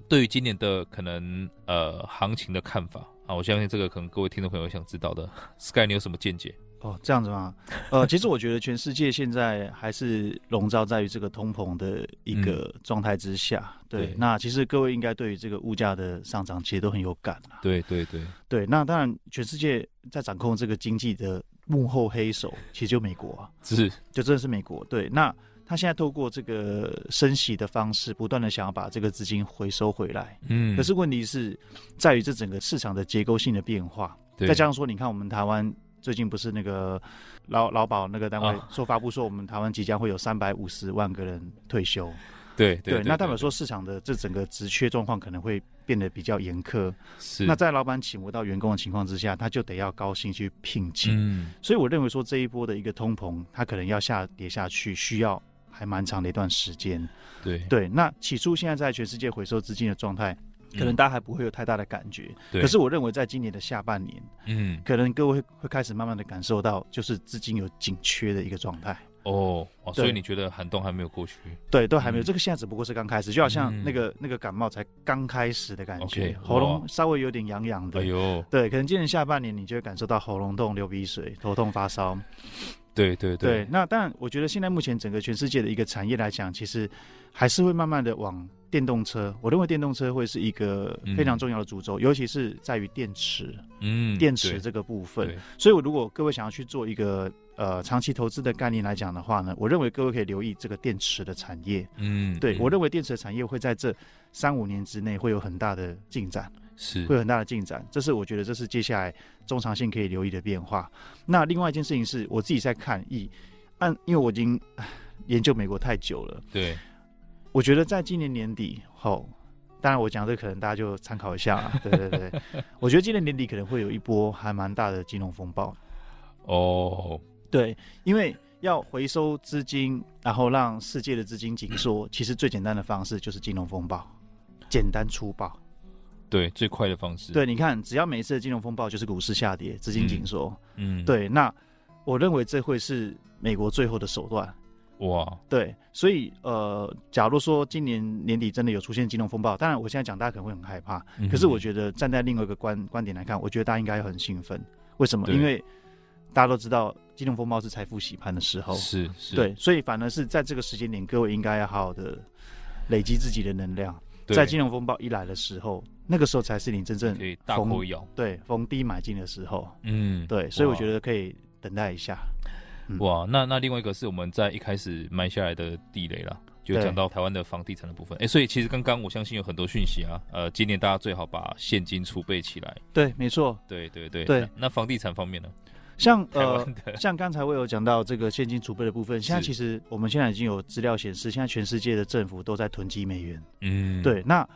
Speaker 2: 对于今年的可能呃行情的看法啊，我相信这个可能各位听众朋友想知道的 *laughs* ，Sky 你有什么见解？
Speaker 3: 哦，这样子嘛，
Speaker 2: *laughs*
Speaker 3: 呃，其实我觉得全世界现在还是笼罩在于这个通膨的一个状态之下。
Speaker 2: 嗯
Speaker 3: 对，
Speaker 2: 对
Speaker 3: 那其实各位应该对于这个物价的上涨其实都很有感啊。
Speaker 2: 对对对，
Speaker 3: 对，那当然，全世界在掌控这个经济的幕后黑手，其实就美国啊，
Speaker 2: 是，
Speaker 3: 就真的是美国。对，那他现在透过这个升息的方式，不断的想要把这个资金回收回来。
Speaker 2: 嗯，
Speaker 3: 可是问题是在于这整个市场的结构性的变化，
Speaker 2: 对
Speaker 3: 再加上说，你看我们台湾最近不是那个劳劳保那个单位
Speaker 2: 啊
Speaker 3: 说发布说，我们台湾即将会有三百五十万个人退休，
Speaker 2: 对对
Speaker 3: 那代表说市场的这整个职缺状况可能会变得比较严苛。
Speaker 2: 是
Speaker 3: 那在老板请不到员工的情况之下，他就得要高薪去聘请。
Speaker 2: 嗯
Speaker 3: 所以我认为说这一波的一个通膨，它可能要下跌下去，需要还蛮长的一段时间。
Speaker 2: 对
Speaker 3: 对，那起初现在在全世界回收资金的状态，可能
Speaker 2: 嗯
Speaker 3: 大家还不会有太大的感觉。
Speaker 2: 对
Speaker 3: 可是我认为在今年的下半年，
Speaker 2: 嗯
Speaker 3: 可能各位会会开始慢慢的感受到，就是资金有紧缺的一个状态。
Speaker 2: 哦哇所以
Speaker 3: 对
Speaker 2: 你觉得寒冬还没有过去
Speaker 3: 对，都还没有，
Speaker 2: 嗯
Speaker 3: 这个现在只不过是刚开始，就好像
Speaker 2: 嗯
Speaker 3: 那个、那个感冒才刚开始的感觉
Speaker 2: OK，
Speaker 3: 喉
Speaker 2: 哇
Speaker 3: 咙稍微有点痒痒的。
Speaker 2: 哎呦
Speaker 3: 对，可能今年下半年你就会感受到喉咙痛、流鼻水、头痛、发烧。
Speaker 2: 对对
Speaker 3: 对，那但我觉得现在目前整个全世界的一个产业来讲，其实还是会慢慢的往电动车。我认为电动车会是一个非常重要的主轴，尤其是在于电池、
Speaker 2: 嗯
Speaker 3: 电池
Speaker 2: 对
Speaker 3: 这个部分
Speaker 2: 对。
Speaker 3: 所以，我如果各位想要去做一个呃长期投资的概念来讲的话呢，我认为各位可以留意这个电池的产业。
Speaker 2: 嗯
Speaker 3: 对、
Speaker 2: 嗯
Speaker 3: 我认为电池的产业会在这三五年之内会有很大的进展。
Speaker 2: 是
Speaker 3: 会有很大的进展，这是我觉得这是接下来中长线可以留意的变化。那另外一件事情是我自己在看，以按因为我已经唉研究美国太久了，
Speaker 2: 对
Speaker 3: 我觉得在今年年底后，当然我讲这可能大家就参考一下啦。对对对，我觉得今年年底可能会有一波还蛮大的金融风暴。
Speaker 2: 哦
Speaker 3: 对，因为要回收资金，然后让世界的资金紧缩，其实最简单的方式就是金融风暴，简单粗暴。
Speaker 2: 对最快的方式
Speaker 3: 对，你看，只要每一次的金融风暴就是股市下跌、资金紧缩，
Speaker 2: 嗯
Speaker 3: 对，那我认为这会是美国最后的手段。
Speaker 2: 哇
Speaker 3: 对，所以呃，假如说今年年底真的有出现金融风暴，当然我现在讲大家可能会很害怕，
Speaker 2: 嗯
Speaker 3: 可是我觉得站在另外一个观观点来看，我觉得大家应该很兴奋。为什么？
Speaker 2: 对
Speaker 3: 因为大家都知道金融风暴是财富洗盘的时候
Speaker 2: 得，是是
Speaker 3: 对，所以反而是在这个时间点，各位应该要好好的累积自己的能量，
Speaker 2: 对
Speaker 3: 在金融风暴一来的时候，那个时候才是你真正
Speaker 2: 可以大
Speaker 3: 逢
Speaker 2: 口咬
Speaker 3: 对逢低买进的时候。
Speaker 2: 嗯
Speaker 3: 对，所以我
Speaker 2: 哇
Speaker 3: 觉得可以等待一下。嗯
Speaker 2: 哇，那那另外一个是我们在一开始埋下来的地雷啦，就
Speaker 3: 对
Speaker 2: 讲到台湾的房地产的部分。哎、所以其实刚刚我相信有很多讯息啊，呃，今年大家最好把现金储备起来。
Speaker 3: 对，没错，
Speaker 2: 对对对
Speaker 3: 对
Speaker 2: 那，那房地产方面呢？*laughs*
Speaker 3: 像
Speaker 2: 台
Speaker 3: 呃
Speaker 2: 湾，的、
Speaker 3: *laughs* 像刚才我有讲到这个现金储备的部分，现在
Speaker 2: 是
Speaker 3: 其实我们现在已经有资料显示，现在全世界的政府都在囤积美元。
Speaker 2: 嗯，
Speaker 3: 对，那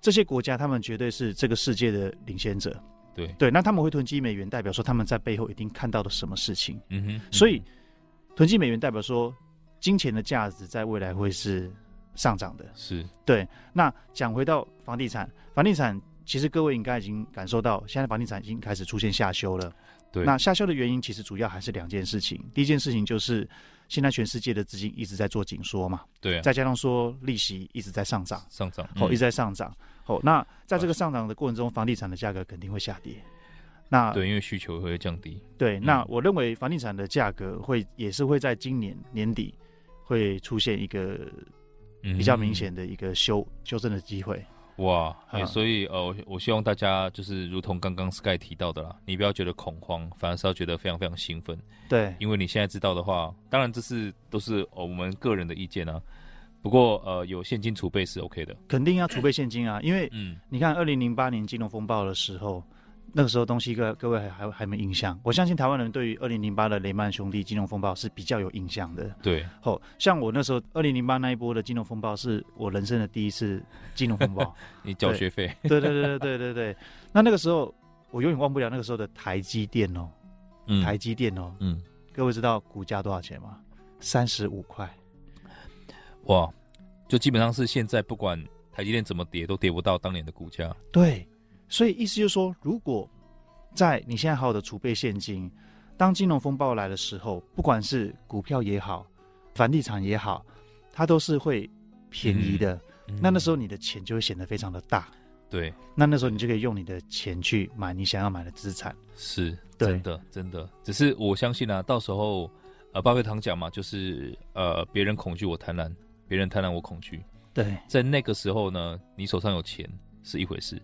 Speaker 3: 这些国家他们绝对是这个世界的领先者。
Speaker 2: 对
Speaker 3: 对，那他们会囤积美元，代表说他们在背后一定看到了什么事情。
Speaker 2: 嗯哼，嗯哼，
Speaker 3: 所以，囤积美元代表说金钱的价值在未来会是上涨的。
Speaker 2: 是
Speaker 3: 那讲回到房地产，房地产其实各位应该已经感受到，现在房地产已经开始出现下修了。
Speaker 2: 对
Speaker 3: 那下修的原因其实主要还是两件事情。第一件事情就是现在全世界的资金一直在做紧缩嘛，
Speaker 2: 对啊，嗯
Speaker 3: 再加上说利息一直在上涨，
Speaker 2: 上涨
Speaker 3: 哦，一直
Speaker 2: 直
Speaker 3: 在上涨。哦，那在这个上涨的过程中，房地产的价格肯定会下跌。那
Speaker 2: 对，因为需求会降低。
Speaker 3: 对，
Speaker 2: 嗯
Speaker 3: 那我认为房地产的价格会也是会在今年年底会出现一个
Speaker 2: 嗯，
Speaker 3: 比较明显的一个修修正的机会。
Speaker 2: 哇，哎
Speaker 3: 啊
Speaker 2: 所以呃，我我希望大家就是如同刚刚 Sky 提到的啦，你不要觉得恐慌，反而是要觉得非常非常兴奋。
Speaker 3: 对，
Speaker 2: 因为你现在知道的话，当然这是都是呃我们个人的意见啊。不过呃，有现金储备是 OK 的。
Speaker 3: 肯定要储备现金啊，因为
Speaker 2: 嗯，
Speaker 3: 你看，二零零八年金融风暴的时候，那个时候东西各各位还还还没印象。我相信台湾人对于二零零八的雷曼兄弟金融风暴是比较有印象的。
Speaker 2: 对，
Speaker 3: 哦，像我那时候二零零八那一波的金融风暴，是我人生的第一次金融风暴。
Speaker 2: 你缴
Speaker 3: 对
Speaker 2: 学费，
Speaker 3: 对对对对对对对。那那个时候我永远忘不了那个时候的台积电哦，
Speaker 2: 嗯，
Speaker 3: 台积电哦，
Speaker 2: 嗯，
Speaker 3: 各位知道股价多少钱吗？三十五块。
Speaker 2: 哇，就基本上是现在不管台积电怎么跌都跌不到当年的股价。
Speaker 3: 对，所以意思就是说，如果在你现在好好的储备现金，当金融风暴来的时候，不管是股票也好，房地产也好，它都是会便宜的。
Speaker 2: 嗯
Speaker 3: 那那时候你的钱就会显得非常的大。
Speaker 2: 对，
Speaker 3: 那那时候你就可以用你的钱去买你想要买的资产。
Speaker 2: 是
Speaker 3: 对
Speaker 2: 真的真的，只是我相信啊，到时候呃，巴菲特常讲嘛，就是呃，别人恐惧我贪婪，别人贪婪我恐惧。
Speaker 3: 对
Speaker 2: 在那个时候呢，你手上有钱是一回事，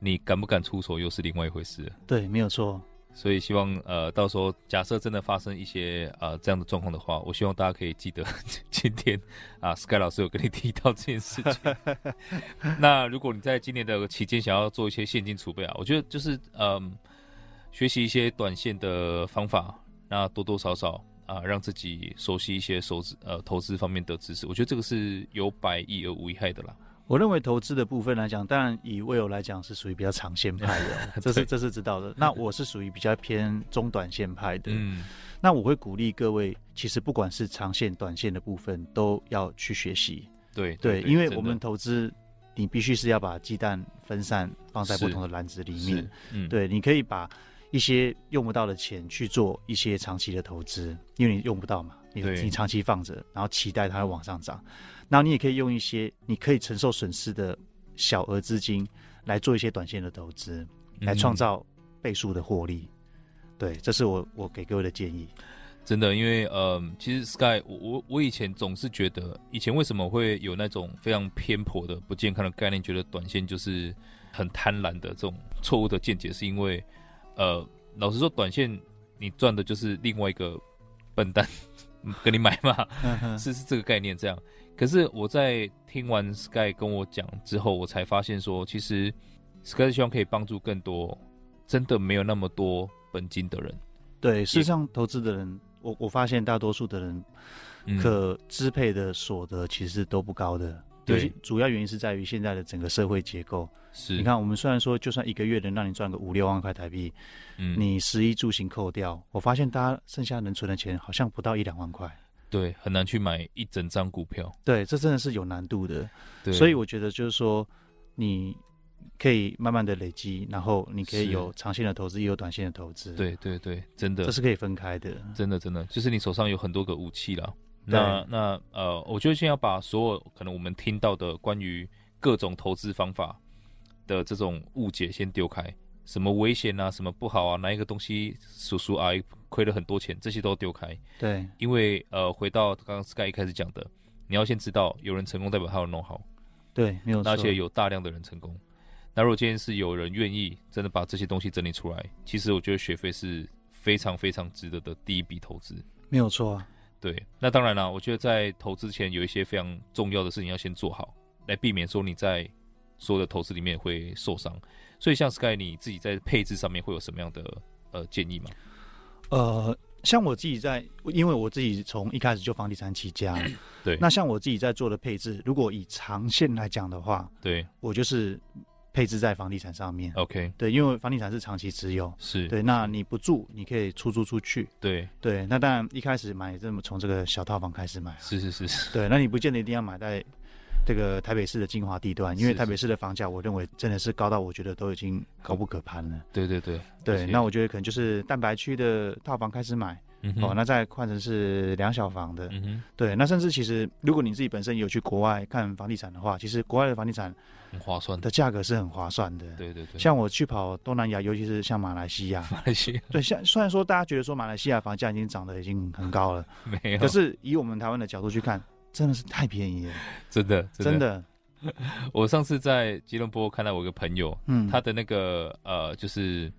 Speaker 2: 你敢不敢出手又是另外一回事了。
Speaker 3: 对，没有错。
Speaker 2: 所以希望呃，到时候假设真的发生一些呃这样的状况的话，我希望大家可以记得 *laughs* 今天啊，Sky 老师有跟你提到这件事
Speaker 3: *laughs*
Speaker 2: 情。那如果你在今年的期间想要做一些现金储备啊，我觉得就是嗯、学习一些短线的方法，那多多少少啊，让自己熟悉一些手指呃投资方面的知识，我觉得这个是有百益而无一害的啦。
Speaker 3: 我认为投资的部分来讲，当然以未有来讲是属于比较长线派的，这是这是知道的。那我是属于比较偏中短线派的。
Speaker 2: 嗯，
Speaker 3: 那我会鼓励各位，其实不管是长线、短线的部分，都要去学习。
Speaker 2: 对
Speaker 3: 对，因为我
Speaker 2: 真
Speaker 3: 们
Speaker 2: 的
Speaker 3: 投资，你必须是要把鸡蛋分散放在不同的篮子里面
Speaker 2: 是。嗯
Speaker 3: 对，你可以把一些用不到的钱去做一些长期的投资，因为你用不到嘛，你
Speaker 2: 对嗯
Speaker 3: 你长期放着，然后期待它会往上涨。然后你也可以用一些你可以承受损失的小额资金来做一些短线的投资，来创
Speaker 2: 嗯
Speaker 3: 造倍数的获利。对，这是我我给各位的建议。
Speaker 2: 真的，因为呃，其实 Sky，我我我以前总是觉得，以前为什么会有那种非常偏颇的、不健康的概念，觉得短线就是很贪婪的这种错误的见解，是因为呃，老实说，短线你赚的就是另外一个笨蛋 *laughs* 跟你买嘛，
Speaker 3: 嗯
Speaker 2: 是是这个概念这样。可是我在听完 Sky 跟我讲之后，我才发现说，其实 Sky 希望可以帮助更多真的没有那么多本金的人。
Speaker 3: 对，事实上，投资的人，我我发现大多数的人
Speaker 2: 嗯
Speaker 3: 可支配的所得其实都不高的。
Speaker 2: 对
Speaker 3: 尤其主要原因是在于现在的整个社会结构。
Speaker 2: 是
Speaker 3: 你，看，我们虽然说，就算一个月能让你赚个五六万块台币，
Speaker 2: 嗯
Speaker 3: 你食衣住行扣掉，我发现大家剩下能存的钱好像不到一两万块。
Speaker 2: 对，很难去买一整张股票。
Speaker 3: 对，这真的是有难度的。
Speaker 2: 对，
Speaker 3: 所以我觉得就是说，你可以慢慢的累积，然后你可以
Speaker 2: 是
Speaker 3: 有长线的投资，也有短线的投资。，
Speaker 2: 对对对，真的
Speaker 3: 这，是可以分开的。
Speaker 2: 真的真的，就是你手上有很多个武器啦。
Speaker 3: 对
Speaker 2: 那那呃，我觉得先要把所有可能我们听到的关于各种投资方法的这种误解先丢开，什么危险啊，什么不好啊，哪一个东西叔叔阿姨亏了很多钱，这些都丢开。
Speaker 3: 对，
Speaker 2: 因为呃，回到刚刚 Sky 一开始讲的，你要先知道有人成功代表他有弄好，
Speaker 3: 对，没有错。
Speaker 2: 而且有大量的人成功。那如果今天是有人愿意真的把这些东西整理出来，其实我觉得学费是非常非常值得的第一笔投资。
Speaker 3: 没有错啊。
Speaker 2: 对，那当然啦，我觉得在投资前有一些非常重要的事情要先做好，来避免说你在所有的投资里面会受伤。所以像 Sky，你自己在配置上面会有什么样的呃建议吗？，
Speaker 3: 呃，像我自己在，因为我自己从一开始就房地产起家
Speaker 2: *coughs* 对
Speaker 3: 那像我自己在做的配置，如果以长线来讲的话，
Speaker 2: 对
Speaker 3: 我就是配置在房地产上面。
Speaker 2: ，OK，
Speaker 3: 对，因为房地产是长期持有。
Speaker 2: 哦是，
Speaker 3: 对，那你不住，你可以出租出去。
Speaker 2: 对，
Speaker 3: 对，那当然一开始买，这么从这个小套房开始买。
Speaker 2: 是是是是， *laughs*
Speaker 3: 对，那你不见得一定要买在这个台北市的精华地段，因为
Speaker 2: 是
Speaker 3: 台北市的房价，我认为真的是高到我觉得都已经高不可攀了。
Speaker 2: 对对对，
Speaker 3: 对，
Speaker 2: 是
Speaker 3: 那我觉得可能就是蛋白区的套房开始买，
Speaker 2: 嗯哼
Speaker 3: 哦，那再换成是两小房的，
Speaker 2: 嗯哼，
Speaker 3: 对，那甚至其实如果你自己本身有去国外看房地产的话，其实国外的房地产
Speaker 2: 很划算的，
Speaker 3: 的价格是很划算的。
Speaker 2: 对对对， *laughs*
Speaker 3: 像我去跑东南亚，尤其是像马来西亚，
Speaker 2: 马来西亚
Speaker 3: 对，像虽然说大家觉得说马来西亚房价已经涨得已经很高了，
Speaker 2: 没有，
Speaker 3: 可是以我们台湾的角度去看，真的是太便宜了，
Speaker 2: 真的
Speaker 3: 真的，
Speaker 2: 我上次在吉隆坡看到我一个朋友，
Speaker 3: 嗯，
Speaker 2: 他的那个呃，就是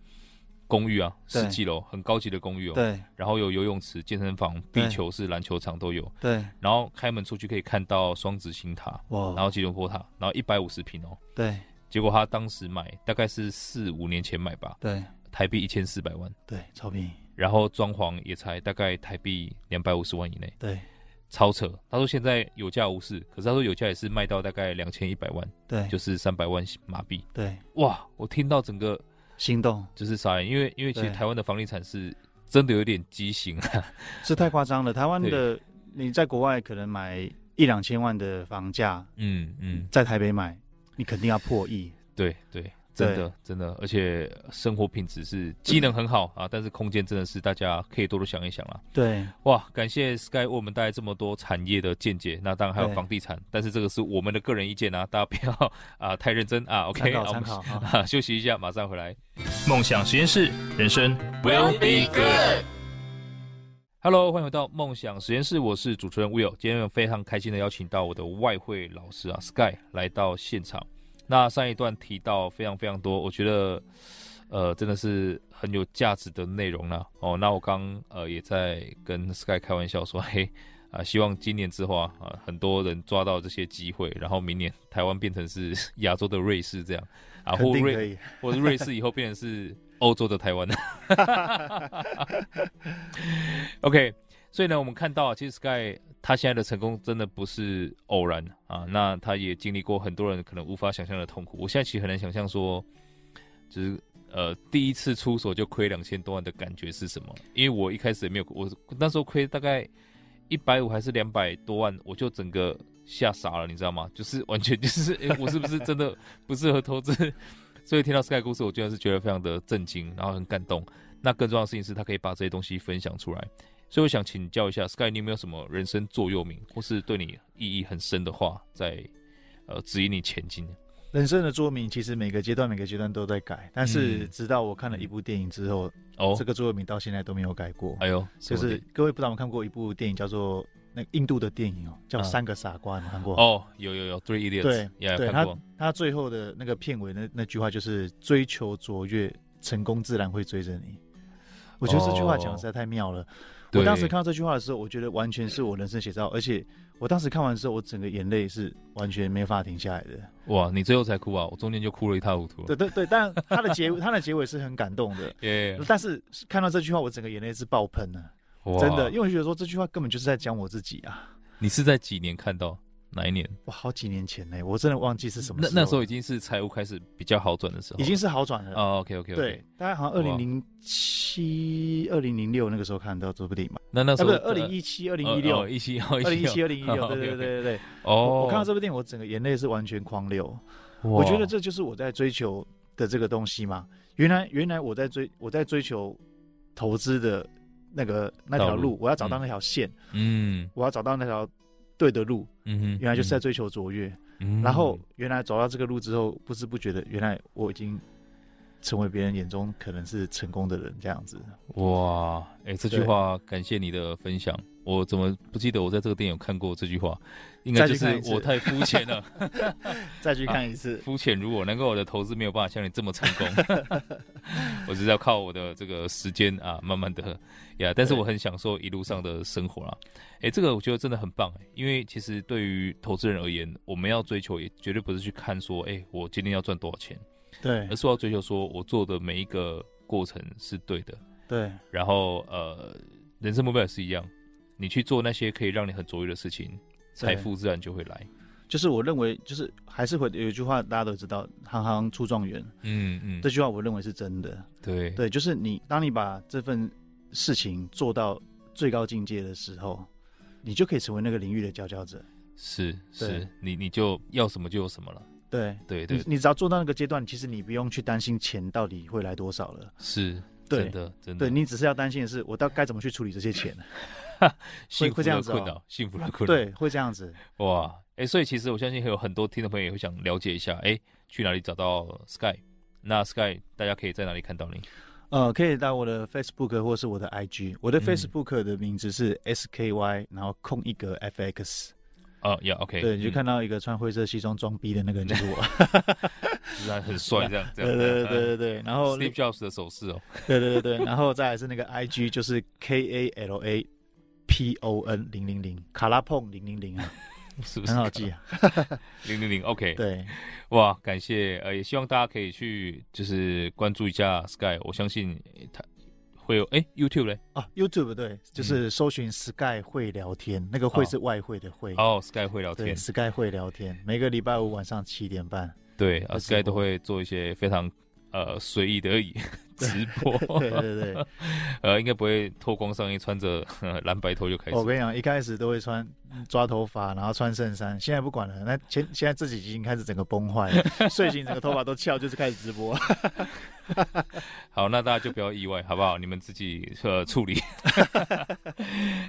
Speaker 2: 公寓啊，
Speaker 3: 对
Speaker 2: 十几楼，很高级的公寓哦。
Speaker 3: 对
Speaker 2: 然后有游泳池、健身房、
Speaker 3: 对
Speaker 2: 壁球室、篮球场都有。
Speaker 3: 对，
Speaker 2: 然后开门出去可以看到双子星塔，然
Speaker 3: 哇，
Speaker 2: 后吉隆坡塔，然后一百五十平哦。
Speaker 3: 对
Speaker 2: 结果他当时买大概是四五年前买吧，
Speaker 3: 对
Speaker 2: 台币一千四百万，
Speaker 3: 对，超便宜，
Speaker 2: 然后装潢也才大概台币两百五十万以内，
Speaker 3: 对
Speaker 2: 超扯。他说现在有价无市，可是他说有价也是卖到大概两千一百万，
Speaker 3: 对
Speaker 2: 就是三百万马币。
Speaker 3: 对，
Speaker 2: 哇，我听到整个
Speaker 3: 心动
Speaker 2: 就是傻眼，因为因为其实
Speaker 3: 对
Speaker 2: 台湾的房地产是真的有点畸形啊，
Speaker 3: *laughs* 是太夸张了。台湾的你在国外可能买一两千万的房价，
Speaker 2: 嗯嗯，
Speaker 3: 在台北买你肯定要破亿。
Speaker 2: 对对，真的真的，而且生活品质是机能很好啊，但是空间真的是大家可以多多想一想啦。
Speaker 3: 对，
Speaker 2: 哇，感谢 Sky 为我们带来这么多产业的见解，那当然还有
Speaker 3: 对
Speaker 2: 房地产，但是这个是我们的个人意见啊，大家不要 *laughs* 啊、太认真啊。
Speaker 3: 参
Speaker 2: OK，
Speaker 3: 考
Speaker 2: 啊我
Speaker 3: 参
Speaker 2: 们
Speaker 3: 考哈。
Speaker 2: 啊，休息一下，马上回来。梦想实验室，人生 will be good。Hello，欢迎回到梦想实验室，我是主持人 Will。今天非常开心的邀请到我的外汇老师啊 Sky 来到现场。那上一段提到非常非常多，我觉得呃真的是很有价值的内容啦、哦，那我刚呃也在跟 Sky 开玩笑说，嘿啊、希望今年之后啊、啊很多人抓到这些机会，然后明年台湾变成是 *laughs* 亚洲的瑞士这样啊，
Speaker 3: 肯
Speaker 2: 或
Speaker 3: 定
Speaker 2: 瑞
Speaker 3: 可以，
Speaker 2: 我是瑞士以后变成是欧洲的台湾。OK，所以呢，我们看到啊，其实 Sky 他现在的成功真的不是偶然啊，那他也经历过很多人可能无法想象的痛苦。我现在其实很难想象说，就是呃第一次出手就亏两千多万的感觉是什么，因为我一开始也没有，我那时候亏大概一百五还是两百多万，我就整个吓傻了，你知道吗？就是完全就是，诶我是不是真的不适合投资？所以听到 Sky 故事，我居然是觉得非常的震惊，然后很感动。那更重要的事情是他可以把这些东西分享出来，所以我想请教一下 Sky，你有没有什么人生座右铭，或是对你意义很深的话，在呃指引你前进？
Speaker 3: 人生的桌名其实每个阶段每个阶段都在改，但是
Speaker 2: 嗯
Speaker 3: 直到我看了一部电影之后，
Speaker 2: 哦
Speaker 3: 这，个座右铭到现在都没有改过。
Speaker 2: 哎呦，
Speaker 3: 就
Speaker 2: 什么
Speaker 3: 是
Speaker 2: 地
Speaker 3: 各位不知道有没有看过一部电影叫做那个印度的电影哦，叫
Speaker 2: 啊
Speaker 3: 《三个傻瓜》，你看过？
Speaker 2: 哦，有有有，Three Idiots，
Speaker 3: 对
Speaker 2: 也
Speaker 3: 对
Speaker 2: 看过，
Speaker 3: 他最后的那个片尾那那句话就是“追求卓越，成功自然会追着你”。我觉得这句话讲的实在太妙了。我
Speaker 2: 对
Speaker 3: 当时看到这句话的时候，我觉得完全是我人生写照，而且我当时看完之后，我整个眼泪是完全没法停下来的。
Speaker 2: 哇，你最后才哭啊，我中间就哭了一塌糊涂。
Speaker 3: 对对对，但他的结他的结尾是很感动
Speaker 2: *laughs*
Speaker 3: 的，
Speaker 2: 耶，
Speaker 3: 但是看到这句话，我整个眼泪是爆喷的、
Speaker 2: 哇
Speaker 3: *laughs* 真的，因为我觉得说这句话根本就是在讲我自己啊。
Speaker 2: 你是在几年看到哪一年？
Speaker 3: 哇，好几年前呢、我真的忘记是什么
Speaker 2: 那那时
Speaker 3: 时
Speaker 2: 候已经是财务开始比较好转的时候了，
Speaker 3: 已经是好转了。
Speaker 2: 哦，OK OK
Speaker 3: 对
Speaker 2: OK，，
Speaker 3: 大概好像二零零七、二零零六那个时候看到这部电影嘛，
Speaker 2: 那那
Speaker 3: 啊，
Speaker 2: 时
Speaker 3: 不
Speaker 2: 候呃
Speaker 3: 是二零一七、二零一六、
Speaker 2: 哦一七
Speaker 3: *laughs* 二
Speaker 2: 二
Speaker 3: 零一七、二零一
Speaker 2: *laughs*
Speaker 3: 六，对对对对对。我
Speaker 2: 哦，
Speaker 3: 我看到这部电影，我整个眼泪是完全狂流。我
Speaker 2: 哇
Speaker 3: 觉得这就是我在追求的这个东西嘛。原来原来我在追我在追求投资的那个那条
Speaker 2: 道路
Speaker 3: 路，我要找到
Speaker 2: 嗯
Speaker 3: 那条线，
Speaker 2: 嗯
Speaker 3: 我要找到那条对的路。
Speaker 2: 嗯哼，
Speaker 3: 原来就是
Speaker 2: 嗯，
Speaker 3: 在追求卓越。
Speaker 2: 嗯
Speaker 3: 然后原来走到这个路之后，不知不觉的，原来我已经成为别人眼中可能是成功的人这样子。
Speaker 2: 哇，哎、这句
Speaker 3: 对
Speaker 2: 话感谢你的分享。我怎么不记得我在这个电影有看过这句话？应该就
Speaker 3: 再去看
Speaker 2: 是
Speaker 3: 一次
Speaker 2: 我太肤浅了，
Speaker 3: 再
Speaker 2: 啊
Speaker 3: 去看一次，
Speaker 2: 肤浅如我，难怪我的投资没有办法像你这么成功。我只是要靠我的这个时间啊，慢慢的呀。但是
Speaker 3: 对
Speaker 2: 我很享受一路上的生活啦。哎，这个我觉得真的很棒哎，因为其实对于投资人而言，我们要追求也绝对不是去看说，哎，我今天要赚多少钱，
Speaker 3: 对
Speaker 2: 而是要追求说我做的每一个过程是对的，
Speaker 3: 对
Speaker 2: 然后呃，人生目标也是一样，你去做那些可以让你很卓越的事情，财富自然就会来。
Speaker 3: 就是我认为，就是还是会有一句话大家都知道“行行出状元”，
Speaker 2: 嗯嗯，
Speaker 3: 这句话我认为是真的。
Speaker 2: 对
Speaker 3: 对，就是你当你把这份事情做到最高境界的时候，你就可以成为那个领域的佼佼者。
Speaker 2: 是是
Speaker 3: 对，嗯
Speaker 2: 你你就要什么就有什么了。
Speaker 3: 对，
Speaker 2: 对哎对
Speaker 3: 你，你只要做到那个阶段，其实你不用去担心钱到底会来多少了。
Speaker 2: 是，
Speaker 3: 对
Speaker 2: 真的真的。
Speaker 3: 对你只是要担心的是，我到该怎么去处理这些
Speaker 2: *laughs*
Speaker 3: 钱？
Speaker 2: 幸福
Speaker 3: 会这
Speaker 2: 的
Speaker 3: 样子哦
Speaker 2: 困扰，幸福的困扰。
Speaker 3: 对，会这样子。
Speaker 2: 哇，哎，所以其实我相信有很多听众朋友也会想了解一下，哎，去哪里找到 Sky？那 Sky 大家可以在哪里看到你？
Speaker 3: 呃，可以到我的 Facebook 或是我的 IG，我的
Speaker 2: 嗯
Speaker 3: Facebook 的名字是 SKY，然后空一格 FX，
Speaker 2: 哦，呀，OK，
Speaker 3: 对，你就
Speaker 2: 嗯
Speaker 3: 看到一个穿灰色西装装逼的那个人
Speaker 2: *laughs*
Speaker 3: 就是我，
Speaker 2: 自然很帅，这样这
Speaker 3: 对
Speaker 2: 样。
Speaker 3: 对对对
Speaker 2: 对。
Speaker 3: 对对，然
Speaker 2: *laughs*
Speaker 3: 后
Speaker 2: Steve Jobs 的手势哦， *laughs*
Speaker 3: 对对对对，然后再来是那个 I G，就是 K A L A P O N 零零零，卡拉碰零零零啊，
Speaker 2: 是不是
Speaker 3: 很好记？啊。
Speaker 2: 零零零，OK，
Speaker 3: 对，
Speaker 2: 哇，感谢，呃，也希望大家可以去就是关注一下 Sky，我相信呃他会有，哎、y o u t u b e 嘞，
Speaker 3: 哦，YouTube 对，
Speaker 2: 嗯
Speaker 3: 就是搜寻 Sky 会聊天，那个会是外汇的会。
Speaker 2: 哦，Sky 会聊
Speaker 3: 对
Speaker 2: 天，
Speaker 3: ，Sky 会聊天，每个礼拜五晚上七点半。
Speaker 2: 对，啊
Speaker 3: 会直播
Speaker 2: ，Sky 都会做一些非常呃随意的 *laughs* 直播，
Speaker 3: *laughs* 对对对，
Speaker 2: *laughs* 呃，应该不会脱光上衣，穿着呃蓝白头就开始。
Speaker 3: 我跟你讲，一开始都会穿嗯抓头发，然后穿衬衫，现在不管了。那前现在自己已经开始整个崩坏
Speaker 2: *laughs*
Speaker 3: 了，睡醒整个头发都翘，就是开始直播。
Speaker 2: *laughs* 好，那大家就不要意外，好不好？你们自己呃处理。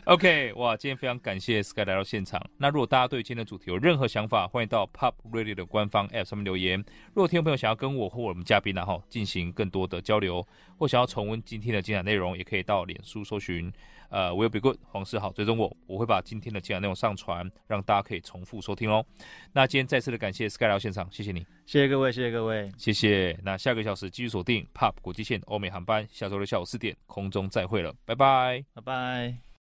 Speaker 2: OK，哇，今天非常感谢 Sky 来到现场。那如果大家对今天的主题有任何想法，欢迎到 Pop Radio 的官方 App 上面留言。如果听众朋友想要跟我或我们嘉宾然后进行更多的交流，或想要重温今天的精彩内容，也可以到脸书搜寻呃 Will Be Good 黄世豪追踪我，我会把今天的精彩内容上传，让大家可以重复收听哦。那今天再次的感谢 Sky 来到现场，谢谢你。
Speaker 3: 谢谢各位，谢谢各位，
Speaker 2: 谢谢。那下个小时继续锁定 PUB 国际线欧美航班，下周六下午四点空中再会了，拜拜。
Speaker 3: 拜拜。